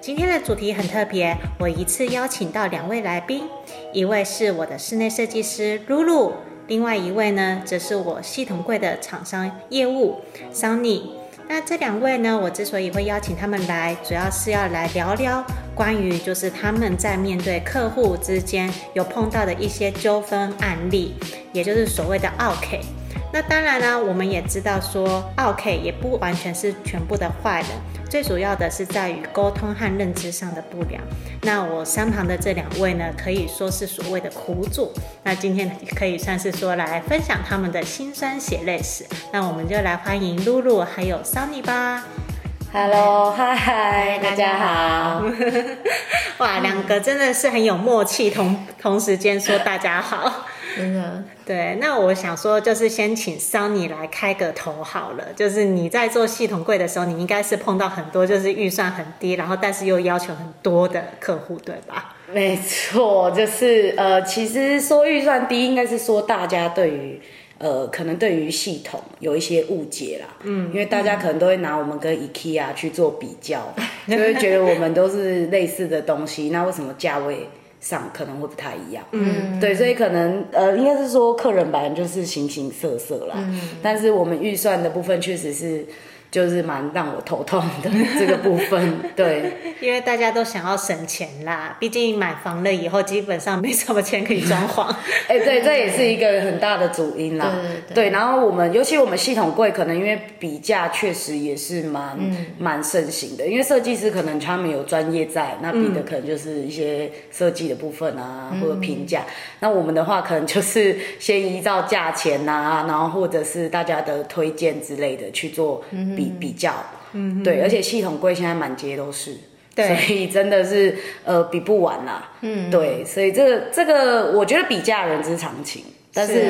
今天的主题很特别，我一次邀请到两位来宾，一位是我的室内设计师露露，另外一位呢，则是我系统柜的厂商业务桑尼。那这两位呢，我之所以会邀请他们来，主要是要来聊聊关于就是他们在面对客户之间有碰到的一些纠纷案例，也就是所谓的“奥 K”。那当然啦、我们也知道说“奥 K” 也不完全是全部的坏人，最主要的是在于沟通和认知上的不良。那我身旁的这两位呢，可以说是所谓的苦主。那今天可以算是说来分享他们的辛酸血泪史。那我们就来欢迎露露还有桑尼吧。 Hello，嗨，大家好。哇，两个真的是很有默契，同同时间说大家好。真的，对，那我想说，就是先请桑尼来开个头好了。就是你在做系统柜的时候，你应该是碰到很多就是预算很低，然后但是又要求很多的客户，对吧？没错，就是呃，其实说预算低，应该是说大家对于呃，可能对于系统有一些误解啦。嗯，因为大家可能都会拿我们跟 IKEA 去做比 较，就会觉得我们都是类似的东西，那为什么价位？上可能会不太一样，嗯，对，所以可能呃，应该是说客人本来就是形形色色啦，嗯，但是我们预算的部分确实是就是蛮让我头痛的这个部分，对， 因为大家都想要省钱啦，毕竟买房了以后基本上没什么钱可以装潢。 哎、对，这也是一个很大的主因啦。对对然后我们尤其我们系统柜，可能因为比价确实也是蛮、嗯蛮盛行的，因为设计师可能他们有专业在，那比的嗯可能就是一些设计的部分啊，或者评价。那我们的话，可能就是先依照价钱呐、然后或者是大家的推荐之类的去做比、比较。嗯，对，而且系统柜现在满街都是。对所以真的是呃比不完啦。嗯，对，所以这个这个我觉得比价人之常情，但是是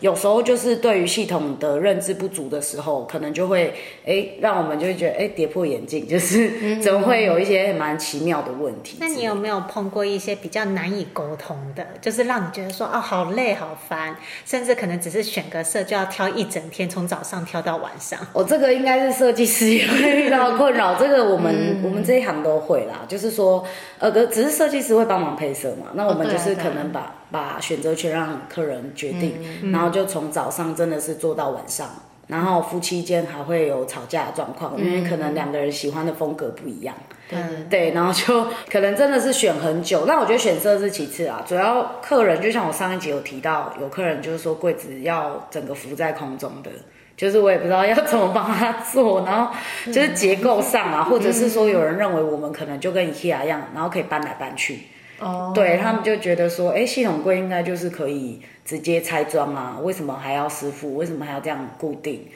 有时候就是对于系统的认知不足的时候，可能就会哎、诶让我们就会觉得哎、诶跌破眼镜，就是 怎么会有一些蛮奇妙的问题之那类的。你有没有碰过一些比较难以沟通的，就是让你觉得说哦好累好烦，甚至可能只是选个色就要挑一整天，从早上挑到晚上。 我、哦这个应该是设计师也会遇到困扰，这个我们、嗯我们这一行都会啦。就是说，呃，可只是设计师会帮忙配色嘛，那我们哦就对啊是对可啊嗯能把、把选择权让客人决定，然后就从早上真的是做到晚上。然后夫妻间还会有吵架的状况，因为可能两个人喜欢的风格不一样，对嗯对，然后就可能真的是选很久。那我觉得选色是其次啊，主要客人就像我上一集有提到，有客人就是说柜子要整个浮在空中的，就是我也不知道要怎么帮他做，然后就是结构上嗯啊，或者是说有人认为我们可能就跟 IKEA 一样，然后可以搬来搬去。哦，对他们就觉得说，哎，系统柜应该就是可以直接拆装啊，为什么还要师傅？为什么还要这样固定？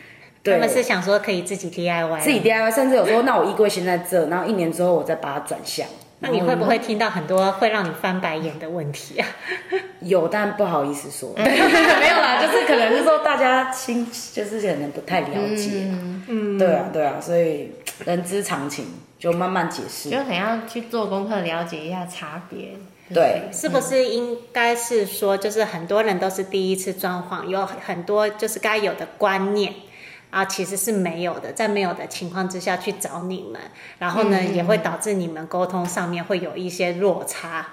对，他们是想说可以自己 DIY，自己 DIY，甚至有时候，那我衣柜先在这，然后一年之后我再把它转向。那你会哦不会听到很多会让你翻白眼的问题啊？有，但不好意思说， 没有啦，就是可能是说大家心就是可能不太了解，嗯，对啊，对啊，所以人之常情，就慢慢解释就。很要去做功课，了解一下差别。对，是不是应该是说，就是很多人都是第一次装潢，有很多就是该有的观念。啊，其实是没有的，在没有的情况之下去找你们，然后嗯呢，也会导致你们沟通上面会有一些落差。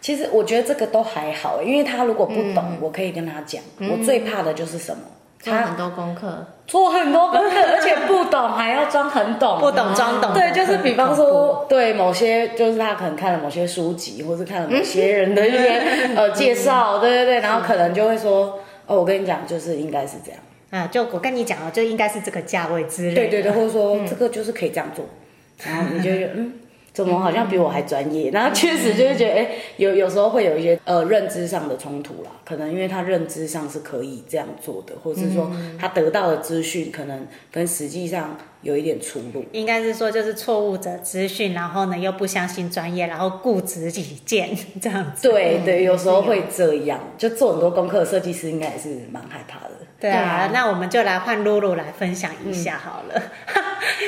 其实我觉得这个都还好，欸因为他如果不懂，我可以跟他讲。我最怕的就是什么？做他很多功课，做很多功课，而且不懂还要装很懂，不懂装懂，哦对，就是比方说，对某些就是他可能看了某些书籍，或是看了某些人的一些呃介绍，对对对，然后可能就会说，哦，我跟你讲，就是应该是这样， 啊，就我跟你讲哦，就应该是这个价位之类的。对对对，或者说这个就是可以这样做，然后你就觉得嗯，怎么好像比我还专业？然后确实就是觉得，哎、有有时候会有一些呃认知上的冲突啦，可能因为他认知上是可以这样做的，或者是说他得到的资讯可能跟实际上有一点出入。应该是说就是错误者资讯，然后呢又不相信专业，然后固执己见这样子。对对，有时候会这样，就做很多功课，设计师应该也是蛮害怕的。对啊，对啊那我们就来换露露来分享一下好了，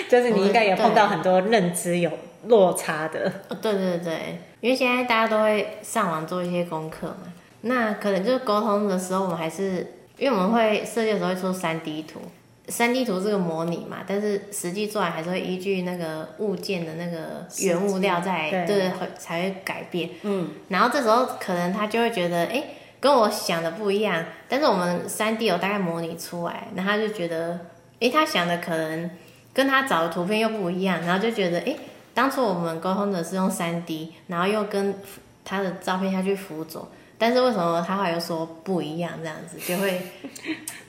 就是你应该也碰到很多认知有落差的，哦对对对，因为现在大家都会上网做一些功课嘛，那可能就是沟通的时候，我们还是因为我们会设计的时候会出三 D 图，三 D 图是个模拟嘛，但是实际做来还是会依据那个物件的那个原物料对在对会才会改变。嗯，然后这时候可能他就会觉得，哎、跟我想的不一样，但是我们三 D 有大概模拟出来，然后他就觉得，哎、他想的可能跟他找的图片又不一样，然后就觉得，哎、当初我们沟通的是用三 D，然后又跟他的照片下去辅佐，但是为什么他后来又说不一样这样子，就会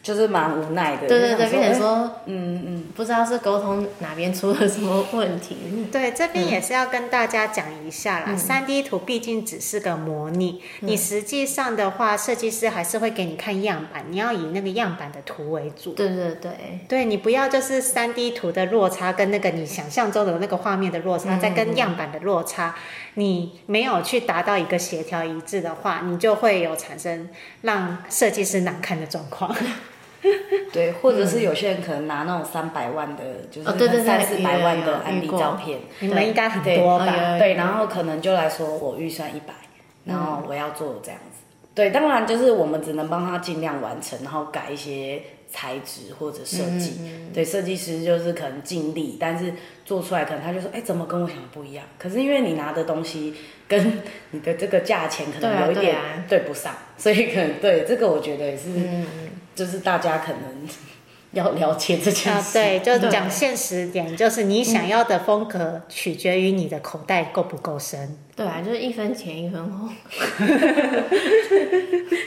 就是蛮无奈的。对对对，就变想成说，说，嗯嗯，不知道是沟通哪边出了什么问题，嗯对，这边也是要跟大家讲一下啦。三、D 图毕竟只是个模拟，你实际上的话，设计师还是会给你看样板，你要以那个样板的图为主。 对对对，对你不要就是三 D 图的落差跟那个你想象中的那个画面的落嗯差，再跟样板的落差，你没有去达到一个协调一致的话，你就会有产生让设计师难看的状 况。哎对，或者是有些人可能拿那种三百万的，就是哦对对对三四百万有的有案例遇过照片，你们应该很对多哦有吧？啊对，然后可能就来说我预算一百，然后我要做这样子。对，当然就是我们只能帮他尽量完成，然后改一些材质或者设嗯计。对，设计师就是可能尽力，但是做出来可能他就说，哎，怎么跟我想的不一样？可是因为你拿的东西跟你的这个价钱可对能啊有一点对啊嗯对不上，所以可能对这个我觉得也是，就是大家可能 要了解这件啊，事。 对，就讲现实嗯点，就是你想要的风格取决于你的口袋够不够深。对啊，就是一分钱一分货，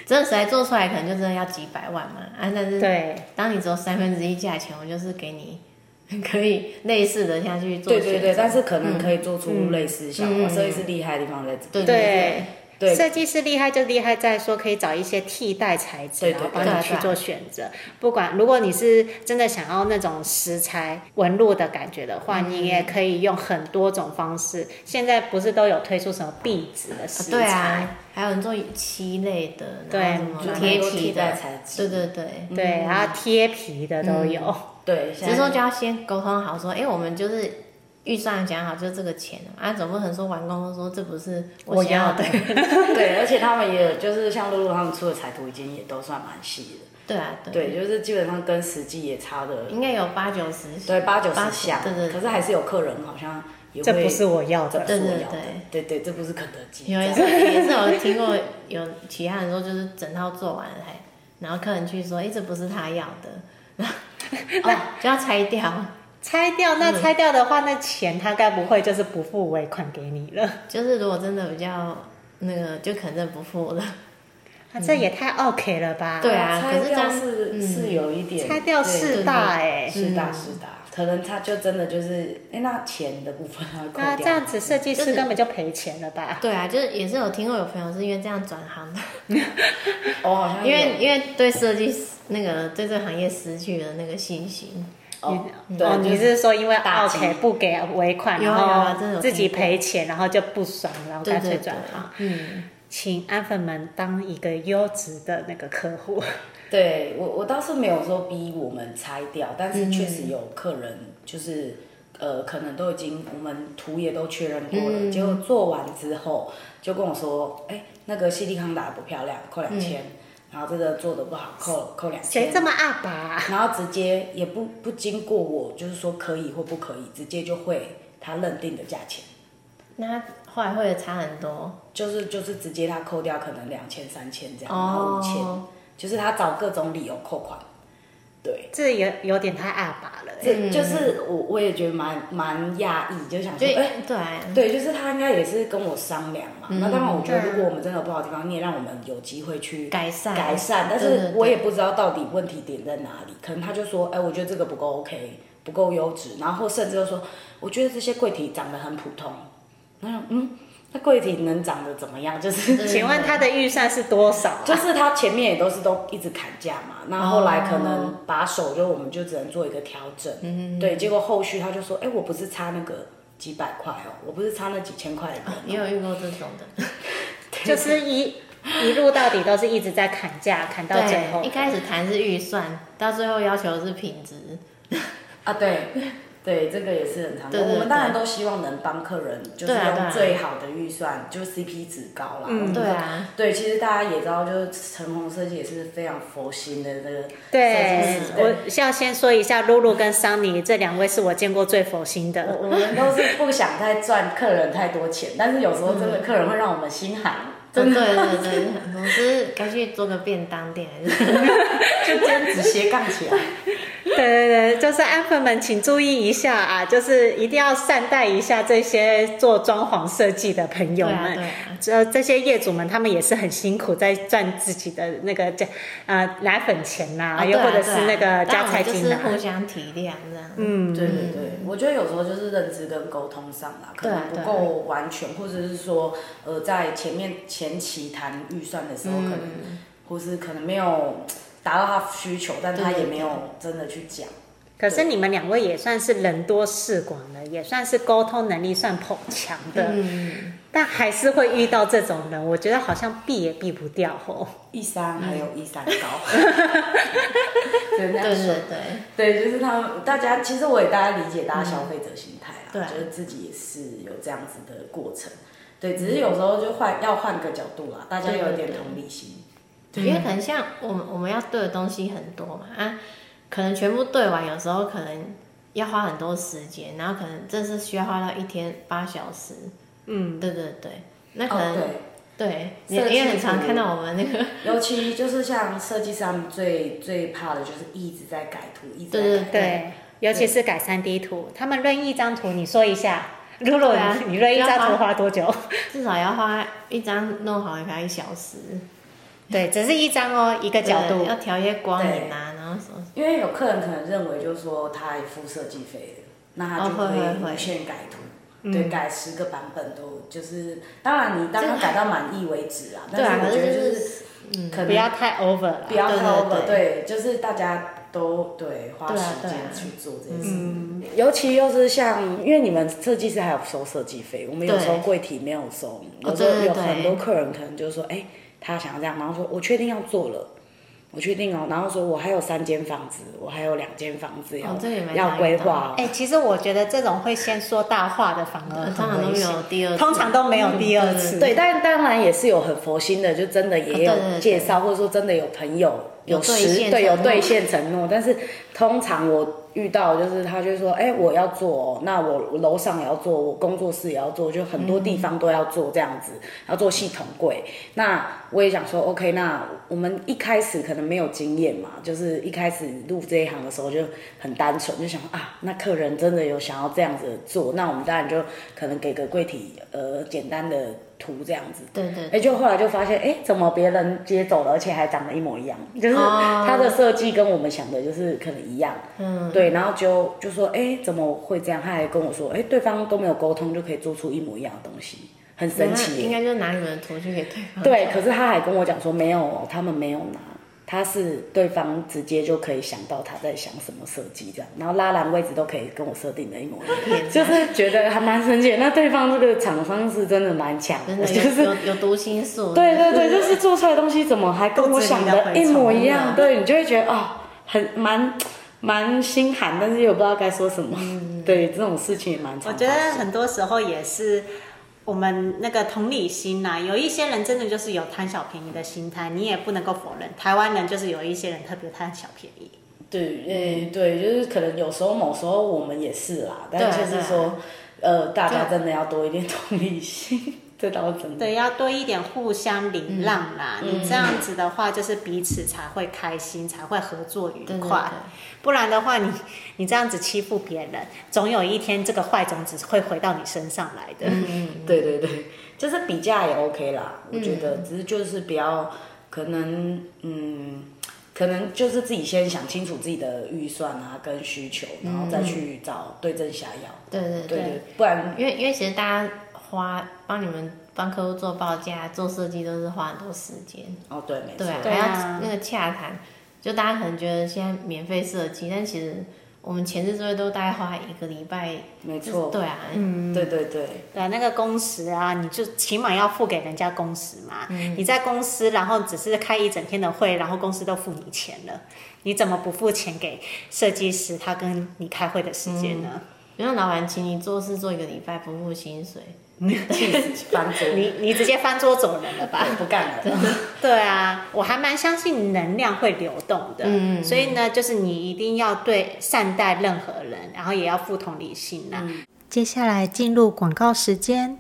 真的实在做出来可能就真的要几百万嘛，啊，但是对，当你只有三分之一价钱，我就是给你可以类似的下去做对选对择，对，但是可能嗯可以做出类似效果，设计师厉害的地方在这边。对对对设计师厉害就厉害在说可以找一些替代材质，对对然后对帮对你啊去对啊做选择。不管如果你是真的想要那种石材纹路的感觉的话，你也可以用很多种方式。现在不是都有推出什么壁纸的啊石对材？啊，还有人做漆类的，对然后就什么蛮贴多皮替代的材，质对对对，对，然后贴皮的都有。对，只现是说在就要先沟通好，说，哎、我们就是预算讲好，就这个钱啊，总不可能说完工后说这不是我想要要的 对，而且他们也就是像露露他们出的彩图已经也都算蛮细的，对啊，对，对，就是基本上跟实际也差的，应该有八九十，对八九十八项，对对对可是还是有客人好像也这会不是我要的，这不是我对对要的，对对，这不是肯德基，有一次 这样也是有听过有其他人说，就是整套做完了，还然后客人去说，哎、这不是他要的， 然后哦就要拆掉，拆掉，那拆掉的话，那钱他该不会就是不付尾款给你了？就是如果真的比较那个，就可能真的不付了，啊，这也太 OK 了吧？对啊拆可是这掉样是嗯是有一点拆掉对四大哎、是大是大，可能他就真的就是哎那钱的部分他会那扣这掉，样子设计师根本就赔钱了吧？对啊，就是也是有听过有朋友是因为这样转行的，哦好像因有为因为对设计师那个对这个行业失去了那个信心，哦你对哦，就你是说因为打击 OK 不给尾款，有啊有啊然真的后有自己听过赔钱，然后就不爽，然后对干脆对对转行。，嗯，请安粉们当一个优质的那个客 户，对我，我倒是没有说逼我们拆掉，但是确实有客人就是、呃，可能都已经我们图也都确认过了，结果做完之后就跟我说，哎、那个西利康打得不漂亮，扣两千、然后这个做的不好，扣扣两谁千这。么阿爸、啊？然后直接也不不经过我，就是说可以或不可以，直接就会他认定的价钱，那后来会差很多就是就是直接他扣掉可能两千三千这样，然后五千、哦，就是他找各种理由扣款，对。这也有点太阿爸了、欸。这嗯就是我我也觉得蛮蛮讶异，就嗯想就说，哎、对啊，对，就是他应该也是跟我商量嘛。那当然，我觉得如果我们真的有不好的地方，你也让我们有机会去改善改 善。但对对是对我也不知道到底问题点在哪里，可能他就说，哎、我觉得这个不够 OK，不够优质，然后甚至就说，我觉得这些柜体长得很普通。我想，嗯，那柜体能长得怎么样？就是对请问他的预算是多少啊、就是他前面也都是都一直砍价嘛，那后来可哦能把手就我们就只能做一个调整，嗯对，结果后续他就说，哎、我不是差那个几百块哦，我不是差那几千块的人哦，你有遇过这种的？ 就是一一路到底都是一直在砍价，砍到最后对，一。开始谈是预算，到最后要求是品质。啊，对，对，这个也是很常见。对对我们当然对都希望能帮客人，就是对啊对用啊最好的预算，就是 CP 值高啦。嗯 对啊，对，其实大家也知道，就是陈红设计也是非常佛心的这个设对计师。，我是要先说一下，露露跟桑尼这两位是我见过最佛心我哦的。我们都是不想太赚客人太多钱，但是有时候真的客人会让我们心寒。嗯真的，对对对，总之该去做个便当店啊还 是。就这样子斜杠起来，对对对，就是安粉们请注意一下啊，就是一定要善待一下这些做装潢设计的朋友对啊对们啊。这这些业主们，他们也是很辛苦在赚自己的那个家呃奶粉钱呐、啊又对啊或者是那对啊个但加我菜们就金呐、是互相体谅这样。嗯， 对对对，我觉得有时候就是认知跟沟通上啦，可能不对啊对啊够完全，或者是说，呃，在前面前期谈预算的时候，可能嗯或是可能没有达到他需求，但他对对也没有真的去讲。可是你们两位也算是人多势广的，也算是沟通能力算颇强的，嗯但还是会遇到这种人，我觉得好像避也避不掉哦。一三还有一三 高，对对那样嗯对说对，对，就是他们大家，其实我也大家理解大家消费者心态嗯对啊啦，就是自己也是有这样子的过程。对，只是有时候就换要换个角度啦，大家嗯对对有点对同理心。因为可能像我们我们要对的东西很多嘛啊，可能全部对完，有时候可能要花很多时间，然后可能这是需要花到一天八小时。嗯，对对对，那可哦，能、对。对，你设计因为很常图看到我们那个尤其就是像设计师他们最最怕的就是一直在改图，一直在改对对图对，尤其是改三 D 图，他们论一张图，你说一下，露露、对啊你论一张图花多久？ 至少要花一张弄好应该一小时， 对，啊只是一张哦，一个角对度。要调一些光影啊，然后什么，因为有客人可能认为就是说他也付设计费了，那他哦就可会会以会嗯无限改图。对，改十个版本都就是，当然你当然改到满意为止啊。对啊但是我觉得可是嗯就就是，可能不要太 over 了不。要对对 cover，对对，就是大家都对花对时啊间对啊去做这件事。嗯，尤其又是像，因为你们设计师还有收设计费，我们有时候对柜体没有收，哦有时候对对有对很多客人可能就说，哎，他想要这样，然后说我确定要做了。我确定哦，然后说我还有三间房子，我还有两间房子要、哦这个也蛮要常规遇到划哦。哎、其实我觉得这种会先说大话的，反而呃很通常都危没险有第二，通常都没有第二次。嗯对，但当然也是有很佛心的，就真的也有哦对对对介绍，或者说真的有朋友有兑实现对承有诺兑现承诺，但是通常我遇到就是他就说，哎，我要做哦，那我楼上也要做，我工作室也要做，就很多嗯地方都要做这样子，要做系统柜。那我也想说，OK，那我们一开始可能没有经验嘛，就是一开始入这一行的时候就很单纯，就想啊，那客人真的有想要这样子做，那我们当然就可能给个柜体呃简单的图这样子。对对哎、就后来就发现，哎、怎么别人接走了，而且还长得一模一样，就是哦它的设计跟我们想的就是可能一样，嗯，对，然后就就说，哎、怎么会这样？他还跟我说，哎、对方都没有沟通就可以做出一模一样的东西，很神奇耶应该就拿你们的图去给对方。对，可是他还跟我讲说没有哦，他们没有拿，他是对方直接就可以想到他在想什么设计这样，然后拉栏位置都可以跟我设定的一模一样，就是觉得还蛮神奇的。那对方这个厂商是真的蛮强真的，的就有是。有有读心术，对对对，就是做出来的东西怎么还跟我想的一模一样？对你就会觉得哦，很蛮蛮心寒，但是又不知道该说什么。对，这种事情也蛮我常发觉生。得很多时候也是我们那个同理心呐、有一些人真的就是有贪小便宜的心态，你也不能够否认。台湾人就是有一些人特别贪小便宜。对，诶、对，就是可能有时候某时候我们也是啦，对但啊就是说，呃，大家真的要多一点同理心， 这倒是真的。对，要多一点互相嗯礼让啦。你这样子的话，就是彼此才会开心，才会合作愉对对快。不然的话你，你这样子欺负别人，总有一天这个坏种子会回到你身上来的。嗯对对对， 就是比价也 OK 啦，我觉得，只是就是不要，可能，嗯，可能就是自己先想清楚自己的预算啊跟需求，然后再去找对症下药。嗯对对对对对，不然因为因为其实大家花帮你们帮客户做报价、做设计都是花很多时间，哦，对，没错对，啊，对还啊要那个洽谈。就大家可能觉得现在免费设计，但其实我们前置作业都大概花一个礼拜，没就是错，对啊，嗯对对 对， 对啊，那个工时啊，你就起码要付给人家工时嘛。嗯你在公司，然后只是开一整天的会，然后公司都付你钱了，你怎么不付钱给设计师他跟你开会的时间嗯呢？因为老板请你做事做一个礼拜不付薪水，气死翻桌，你你直接翻桌走人了吧？ 不干了，对啊，我还蛮相信能量会流动的，嗯所以呢，就是你一定要对善待任何人，然后也要富同理心呐、接下来进入广告时间。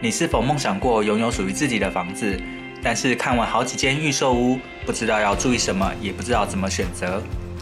你是否梦想过拥有属于自己的房子？但是看完好几间预售屋，不知道要注意什么，也不知道怎么选择。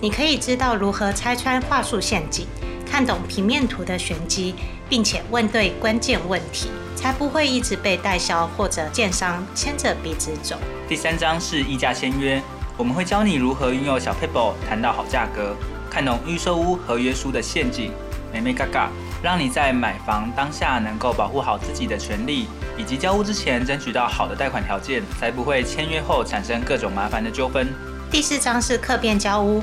你可以知道如何拆穿话术陷阱，看懂平面图的玄机，并且问对关键问题，才不会一直被代销或者建商牵着鼻子走。第三章是议价签约，我们会教你如何运用小 paper 谈到好价格，看懂预售屋合约书的陷阱，美美嘎嘎，让你在买房当下能够保护好自己的权利，以及交屋之前争取到好的贷款条件，才不会签约后产生各种麻烦的纠纷。第四章是客变交屋，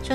就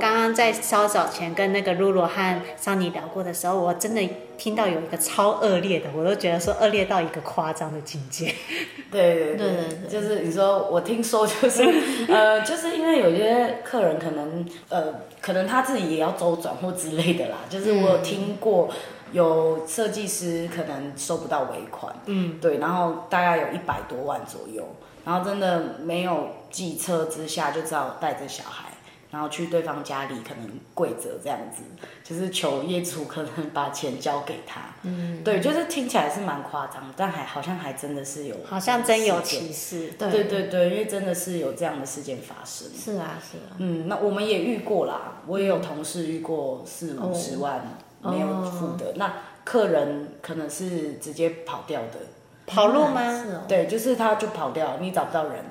刚刚在稍早前跟那个露露和桑尼聊过的时候，我真的听到有一个超恶劣的，我都觉得说恶劣到一个夸张的境界。 对对对对，就是你说我听说就是 呃，就是因为有些客人可能呃，可能他自己也要周转或之类的啦，就是我有嗯听过。有设计师可能收不到尾款，嗯，对，然后大概有一百多万左右，然后真的没有计策之下，就只好带着小孩，然后去对方家里可能跪着这样子，就是求业主可能把钱交给他，嗯，对，就是听起来是蛮夸张，但还好像还真的是有，好像真有事件其事。对对对对，因为真的是有这样的事件发生。是啊是啊，嗯，那我们也遇过啦，我也有同事遇过四五十嗯万哦没有付的，那客人可能是直接跑掉的，跑路是吗？哦，对，就是他就跑掉，你找不到人，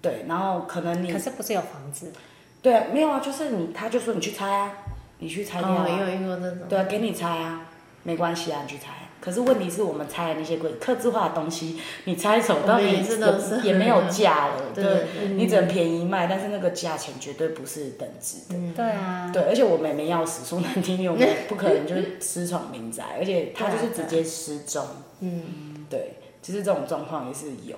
对，然后可能你可是不是有房子？对啊，没有啊，就是你，他就说你去拆啊，你去拆掉、啊哦哦，也有遇过这种，对啊，给你拆啊，没关系啊，你去猜。可是问题是我们猜的那些规克制化的东西，你猜什么我到们底也是都是也没有价了， 对嗯对对，你只能便宜卖，但是那个价钱绝对不是等值的。对啊，对，而且我妹妹要死，说难听点，我们不可能就是私闯民宅，而且她就是直接失踪。啊嗯，对，其实这种状况也是有。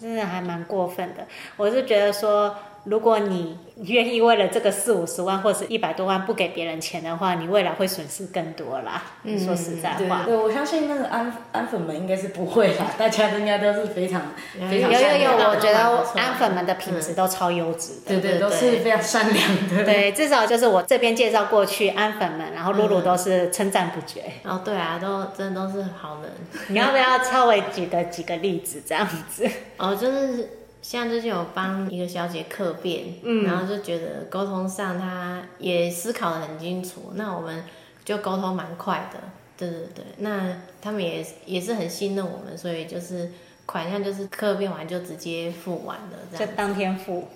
真的还蛮过分的。我是觉得说，如果你愿意为了这个四五十万或是一百多万不给别人钱的话，你未来会损失更多啦。嗯说实在对话，对，我相信那个安安粉们应该是不会啦，大家应该都是非常非有常有善有，良的我觉得不错安粉们的品质都超优质的。对对都是非常善良的。对，至少就是我这边介绍过去安粉们，然后露露都是称赞不 绝。哦，对啊，都真的都是好人。你要不要稍微举个几个例子这样子？哦，就是像最近有帮一个小姐客变，然后就觉得沟通上她也思考的很清楚，那我们就沟通蛮快的，对对对，那他们也也是很信任我们，所以就是款项就是客变完就直接付完了这就样。当天付。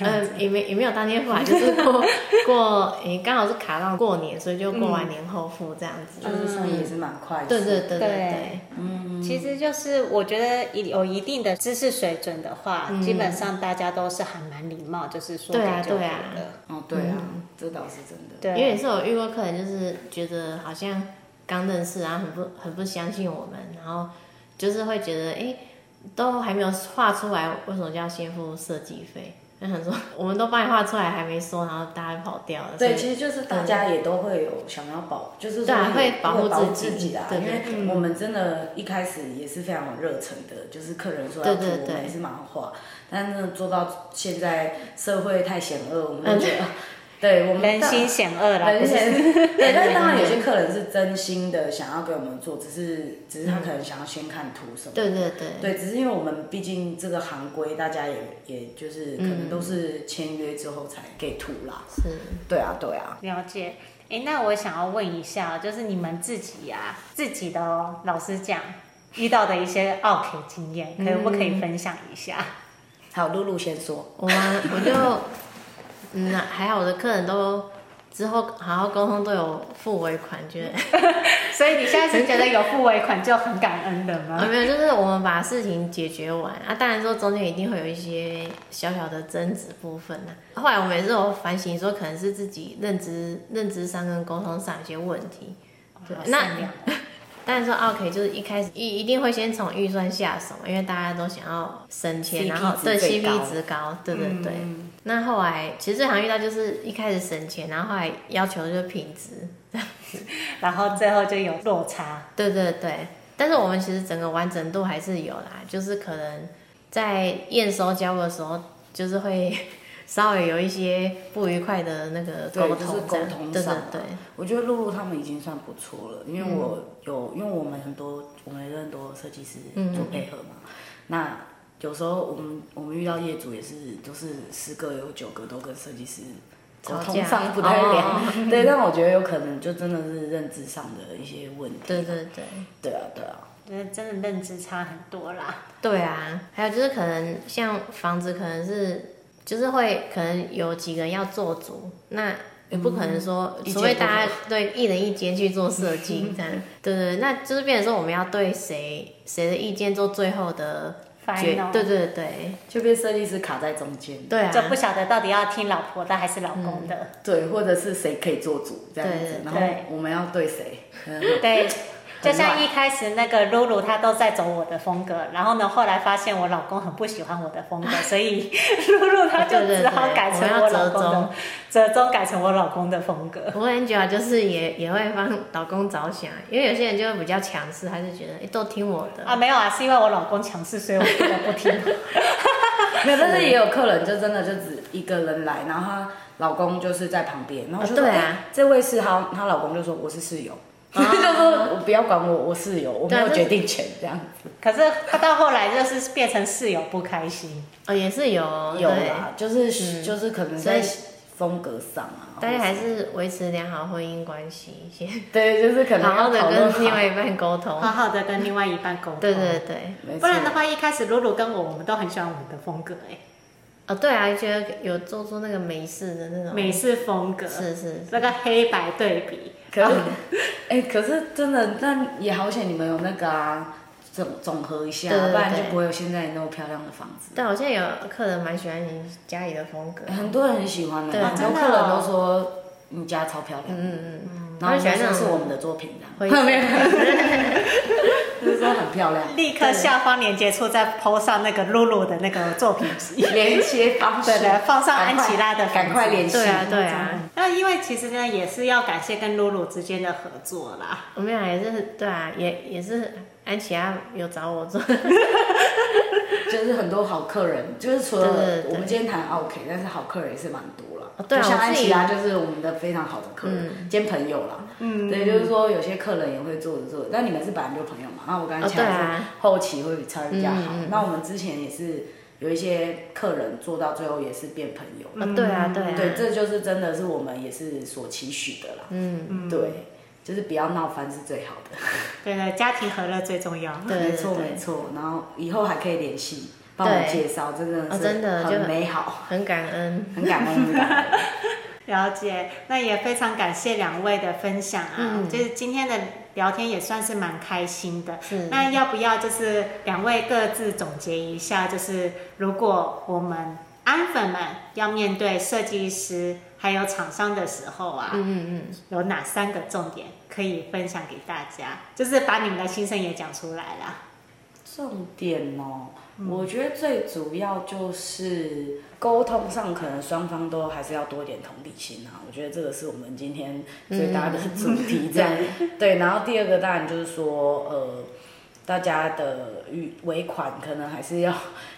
嗯，也没也没有当天付完，就是过过，诶、刚好是卡到过年，所以就过完年后付这样子。就是算也是蛮快的。对对对对对对，其实就是我觉得一有一定的知识水准的话，基本上大家都是还蛮礼貌，就是说嗯对啊给就给对啊的。哦对啊，这倒是真的。对，因为也是有遇过客人，就是觉得好像刚认识，然啊后很不很不相信我们，然后就是会觉得，哎、都还没有画出来，为什么就要先付设计费？那想说， 我们都帮你画出来，还没收，然后大家跑掉了。对，啊所其以实就是大家也都会有想要保，就是说对啊有会保护会保护自己己啊，对对因为我们真的一开始也是非常有热忱的，就是客人说要对涂，对我对们也是蛮画，但是做到现在社会太险恶，我们嗯就 觉得，对我们人到心险恶啦，不人是？险， 对，但是当然有些客人是真心的想要给我们做，只是只是他可能想要先看图什么的，对对对对，只是因为我们毕竟这个行规，大家也也就是可能都是签约之后才给图啦，是。对啊对啊，了解。哎，那我想要问一下，就是你们自己呀、自己的哦，老实讲，遇到的一些 OK 经验，可不可嗯以分享一下？ 好，露露先说。我啊，我就，嗯，还好我的客人都之后好好沟通，都有付尾款，觉得所以你现在是觉得有付尾款就很感恩的啊，吗？没有，就是我们把事情解决完啊，当然说中间一定会有一些小小的争执部分呐、后来我们也是有反省，说可能是自己认知、认知上跟沟通上有些问题。 对好，善那良哦当然说 OK，就是一开始一一定会先从预算下手，因为大家都想要省钱， CP 然后值对最 CP 高嗯值高，对对对。嗯那后来其实最常遇到就是一开始省钱，然后后来要求就是品质，然后最后就有落差。对对对，但是我们其实整个完整度还是有啦，就是可能在验收交付的时候，就是会 稍微有一些不愉快的那个对沟就通是这样，沟通对对上嘛对，我觉得露露他们已经算不错了，因为嗯我有，因为我们很多，我们有很多设计师做配合嗯嘛。那有时候我们我们遇到业主也是，都是十个有九个都跟设计师沟吵通架上不太了哦。 对，但我觉得有可能就真的是认知上的一些问题。对对对。对啊，对啊。觉得真的认知差很多啦。对啊，还有就是可能像房子，可能是就是会可能有几个人要做主，那也不可能说，一间除非大不家对一人一间去做设计这样，对对，对那就是变成说我们要对谁谁的意见做最后的决 Final，啊对对对就被设计师卡在中间，对啊，嗯就不晓得到底要听老婆的还是老公的。对，或者是谁可以做主这样对子对，然后对我们要对谁？嗯对，就像乱一开始那个露露，她都在走我的风格，然后呢，后来发现我老公很不喜欢我的 风格，所以 露露她就对对对只好改成我我要老折公的中折中，改成我老公的风格。不过 Angela 就是也也会帮老公着想，因为有些人就会比较强势，他就觉得哎、诶都听我的，啊，没有啊，是因为我老公强势，所以我不得不听。 没有，但是也有客人就真的就只一个人来，然后她老公就是在旁边，然后我就说、啊对啊哎这位是她她老公就说我是室友，就说我不要管我，我室友，我没有对啊决定权这样子。可是她到后来就是变成室友不开心，哦也是有有对嗯啦，就是、就是可能所以在风格上啊，大家还或者是维持良好婚姻关系先。对，就是可能 好好要的讨论跟另外一半沟通好。好的跟另外一半沟通。哦对对对，没错不然的话，一开始露露跟我，我们都很喜欢我们的风格、欸，哦对啊，觉得有做出那个美式的那哎，种美式风格，嗯是是是那个黑白对比。可是，哎、可是真的，但也好险你们有那个啊，总总和一下，啊对对对不然就不会有现在那么漂亮的房子。但好像有客人蛮喜欢你家里的风格，很多人很喜欢的，对很真多的客人哦都说你家超漂亮，嗯嗯，然他后们喜欢觉得那是种我们的作品这灰样，色没有，就是说很漂亮，立刻下方链接处再 PO 上那个露露的那个作品集。连接方式，对对放上安琪拉的房子赶快联系，对啊对啊，那因为其实呢，也是要感谢跟露露之间的合作啦。我们俩也是对啊，也也是安琪拉有找我做，就是很多好客人，就是除了对对对我们今天谈 OK，但是好客人也是蛮多了哦。对啊就像我安自己琪拉就是我们的非常好的客人，兼朋友啦。嗯，对，就是说有些客人也会做着做着，但你们是本来就朋友嘛。那我刚才哦讲对啊是后期会比才比较好。那我们之前也是有一些客人做到最后也是变朋友，啊对啊对啊，嗯对，这就是真的是我们也是所期许的啦。嗯对，就是不要闹翻是最好的。对对，家庭和乐最重要。对没错没错。然后以后还可以联系，帮我们对介绍，真的哦是真的就很很美好。很感恩，很感恩，很感恩。了解，那也非常感谢两位的分享啊，就是今天的聊天也算是蛮开心的。是那要不要就是两位各自总结一下，就是如果我们安粉们要面对设计师还有厂商的时候啊，嗯嗯嗯，有哪三个重点可以分享给大家？就是把你们的心声也讲出来啦。重点哦，我觉得最主要就是沟通上，可能双方都还是要多一点同理心啊。我觉得这个是我们今天最大的主题，这样、对。然后第二个当然就是说，呃，大家的与尾款可能还是要，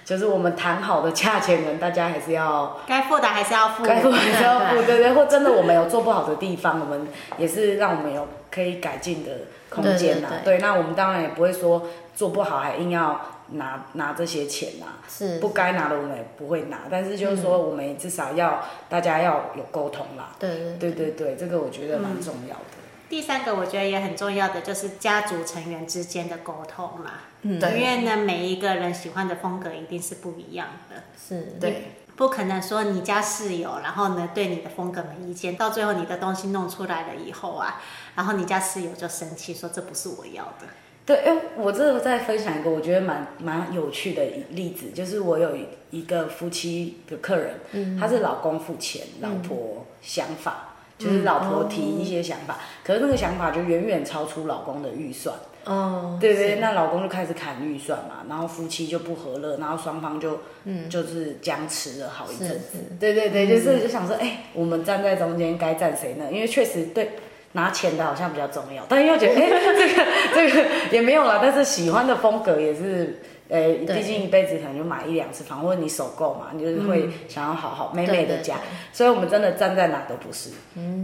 就是我们谈好的价钱，可能大家还是要。该付的还是要付，该付还是要付，对对，或真的我们有做不好的地方，我们也是让我们有可以改进的空间呐、对对，那我们当然也不会说做不好还硬要拿拿这些钱呐、是嗯不该拿的我们也不会拿，但是就是说我们至少要、大家要有沟通啦。对对对对对，这个我觉得蛮重要的。第三个我觉得也很重要的就是家族成员之间的沟通嘛，嗯对因为呢每一个人喜欢的风格一定是不一样的，是，对，不可能说你家室友，然后呢对你的风格没意见，到最后你的东西弄出来了以后啊，然后你家室友就生气说这不是我要的，对，哎，我这个再分享一个我觉得蛮蛮有趣的一例子，就是我有一一个夫妻的客人，他是老公付钱，老婆想法，就是老婆提一些想法，可是那个想法就远远超出老公的预算，哦，对对，那老公就开始砍预算嘛，然后夫妻就不和乐，然后双方就嗯就是僵持了好一阵子是是。嗯对对对，就是就想说，哎、我们站在中间该站谁呢？因为确实对。拿钱的好像比较重要，但又觉得 哎、这个这个也没有啦。但是喜欢的风格也是，呃、对毕竟一辈子可能就买一两次房，或者你首购嘛，你就是会想要好好美美的家。嗯对对嗯所以我们真的站在哪都不是，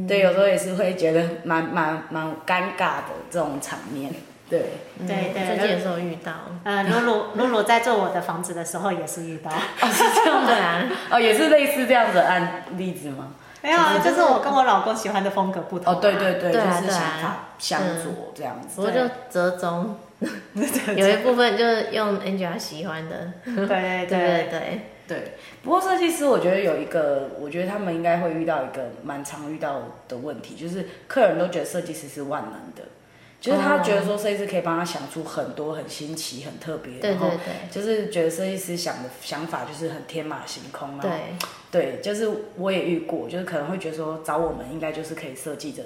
对，有时候也是会觉得蛮蛮蛮尴尬的这种场面，对。对对，嗯最近也是有遇到， 呃，露露露露在做我的房子的时候也是 遇到，对啊，哦，也是类似这样的案例子吗？没有，啊，就是我跟我老公喜欢的风格不同、哦，对对对，对啊就是对想啊法相嗯左这样子。不过就折中，有一部分就是用 Angela 喜欢的，对对对对对，对，不过设计师我觉得有一个，我觉得他们应该会遇到一个蛮常遇到的问题，就是客人都觉得设计师是万能的。就是他觉得说设计师可以帮他想出很多很新奇、很特别，哦对然后对对就是觉得设计师想的想法就是很天马行空啊，对，对，就是我也遇过，就是可能会觉得说找我们应该就是可以设计的，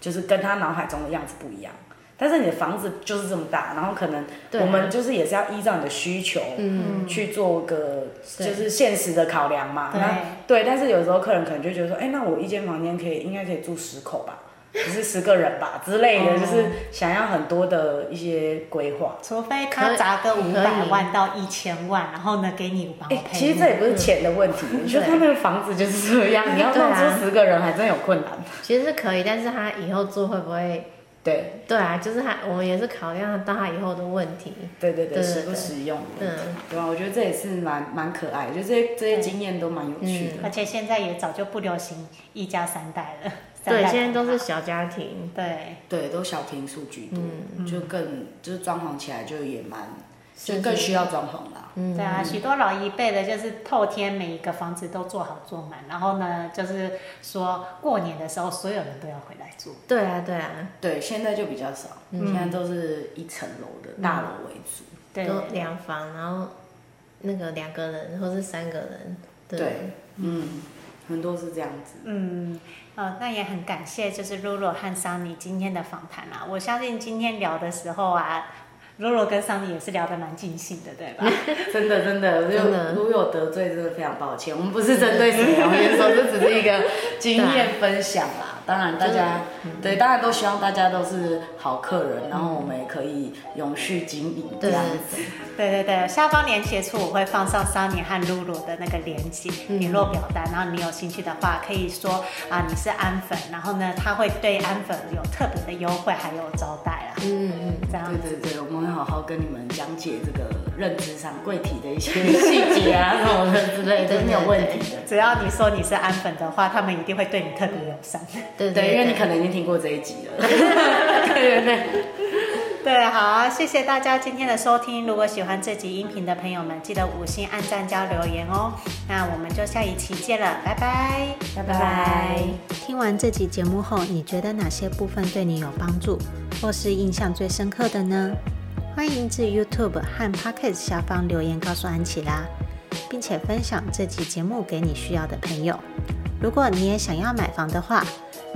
就是跟他脑海中的样子不一样。但是你的房子就是这么大，然后可能对啊我们就是也是要依照你的需求，嗯，去做个就是现实的考量嘛。对那对，但是有时候客人可能就觉得说，哎，那我一间房间可以应该可以住十口吧，只是十个人吧之类哦的，就是想要很多的一些规划。除非他可以砸个五百可以万到一千万，然后呢给你哦五毛哎，赔。其实这也不嗯是钱的问题，你说他那个房子就是这样，你要对弄啊出十个人还真有困难。其实是可以，但是他以后做会不会？对，对啊，就是他，我们也是考量到他以后的问题。对对对，对对实不对实用的问题，嗯对吧？啊我觉得这也是蛮蛮可爱的，就这些这些经验都蛮有趣的。而且现在也早就不流行一家三代了，三对，代现在都同是堂小家庭。对嗯对，都小平数居多，就更就是装潢起来就也蛮就更需要装潢啦。嗯对啊，许多老一辈的，就是透天每一个房子都做好做满，然后呢，就是说过年的时候所有人都要回来住。对啊，对啊，对，现在就比较少，现在都是一层楼的大楼为主。对，都两房，然后那个两个人或是三个人，对，嗯，很多是这样子。嗯，呃，那也很感谢，就是露露和桑尼今天的访谈啊。我相信今天聊的时候啊，露露跟桑尼也是聊得蛮尽兴的，对吧？ 真的真的，如真的如有得罪，真的非常抱歉。我们不是针对谁啊，我们说这只是一个经验分享啦。当然，大家对，当然都希望大家都是好客人，然后我们也可以永续经营这对样子。对对对，下方连接处我会放上桑尼和露露的那个连接联络表单，然后你有兴趣的话，可以说啊你是安粉，然后呢他会对安粉有特别的优惠还有招待啦，嗯嗯，这样对对对，我们会好好跟你们讲解这个认知上柜体的一些细节啊，什么的之类的，没有问题的。只要你说你是安粉的话，他们一定会对你特别友善。对对，因为你对可能已经听过这一集了。对对对。 对，好啊，谢谢大家今天的收听。如果喜欢这集音频的朋友们，记得五星按赞加留言哦。那我们就下一期见了，拜拜，拜拜。听完这集节目后，你觉得哪些部分对你有帮助，或是印象最深刻的呢？欢迎至 YouTube 和 Pocket 下方留言告诉安琪拉，并且分享这集节目给你需要的朋友。如果你也想要买房的话，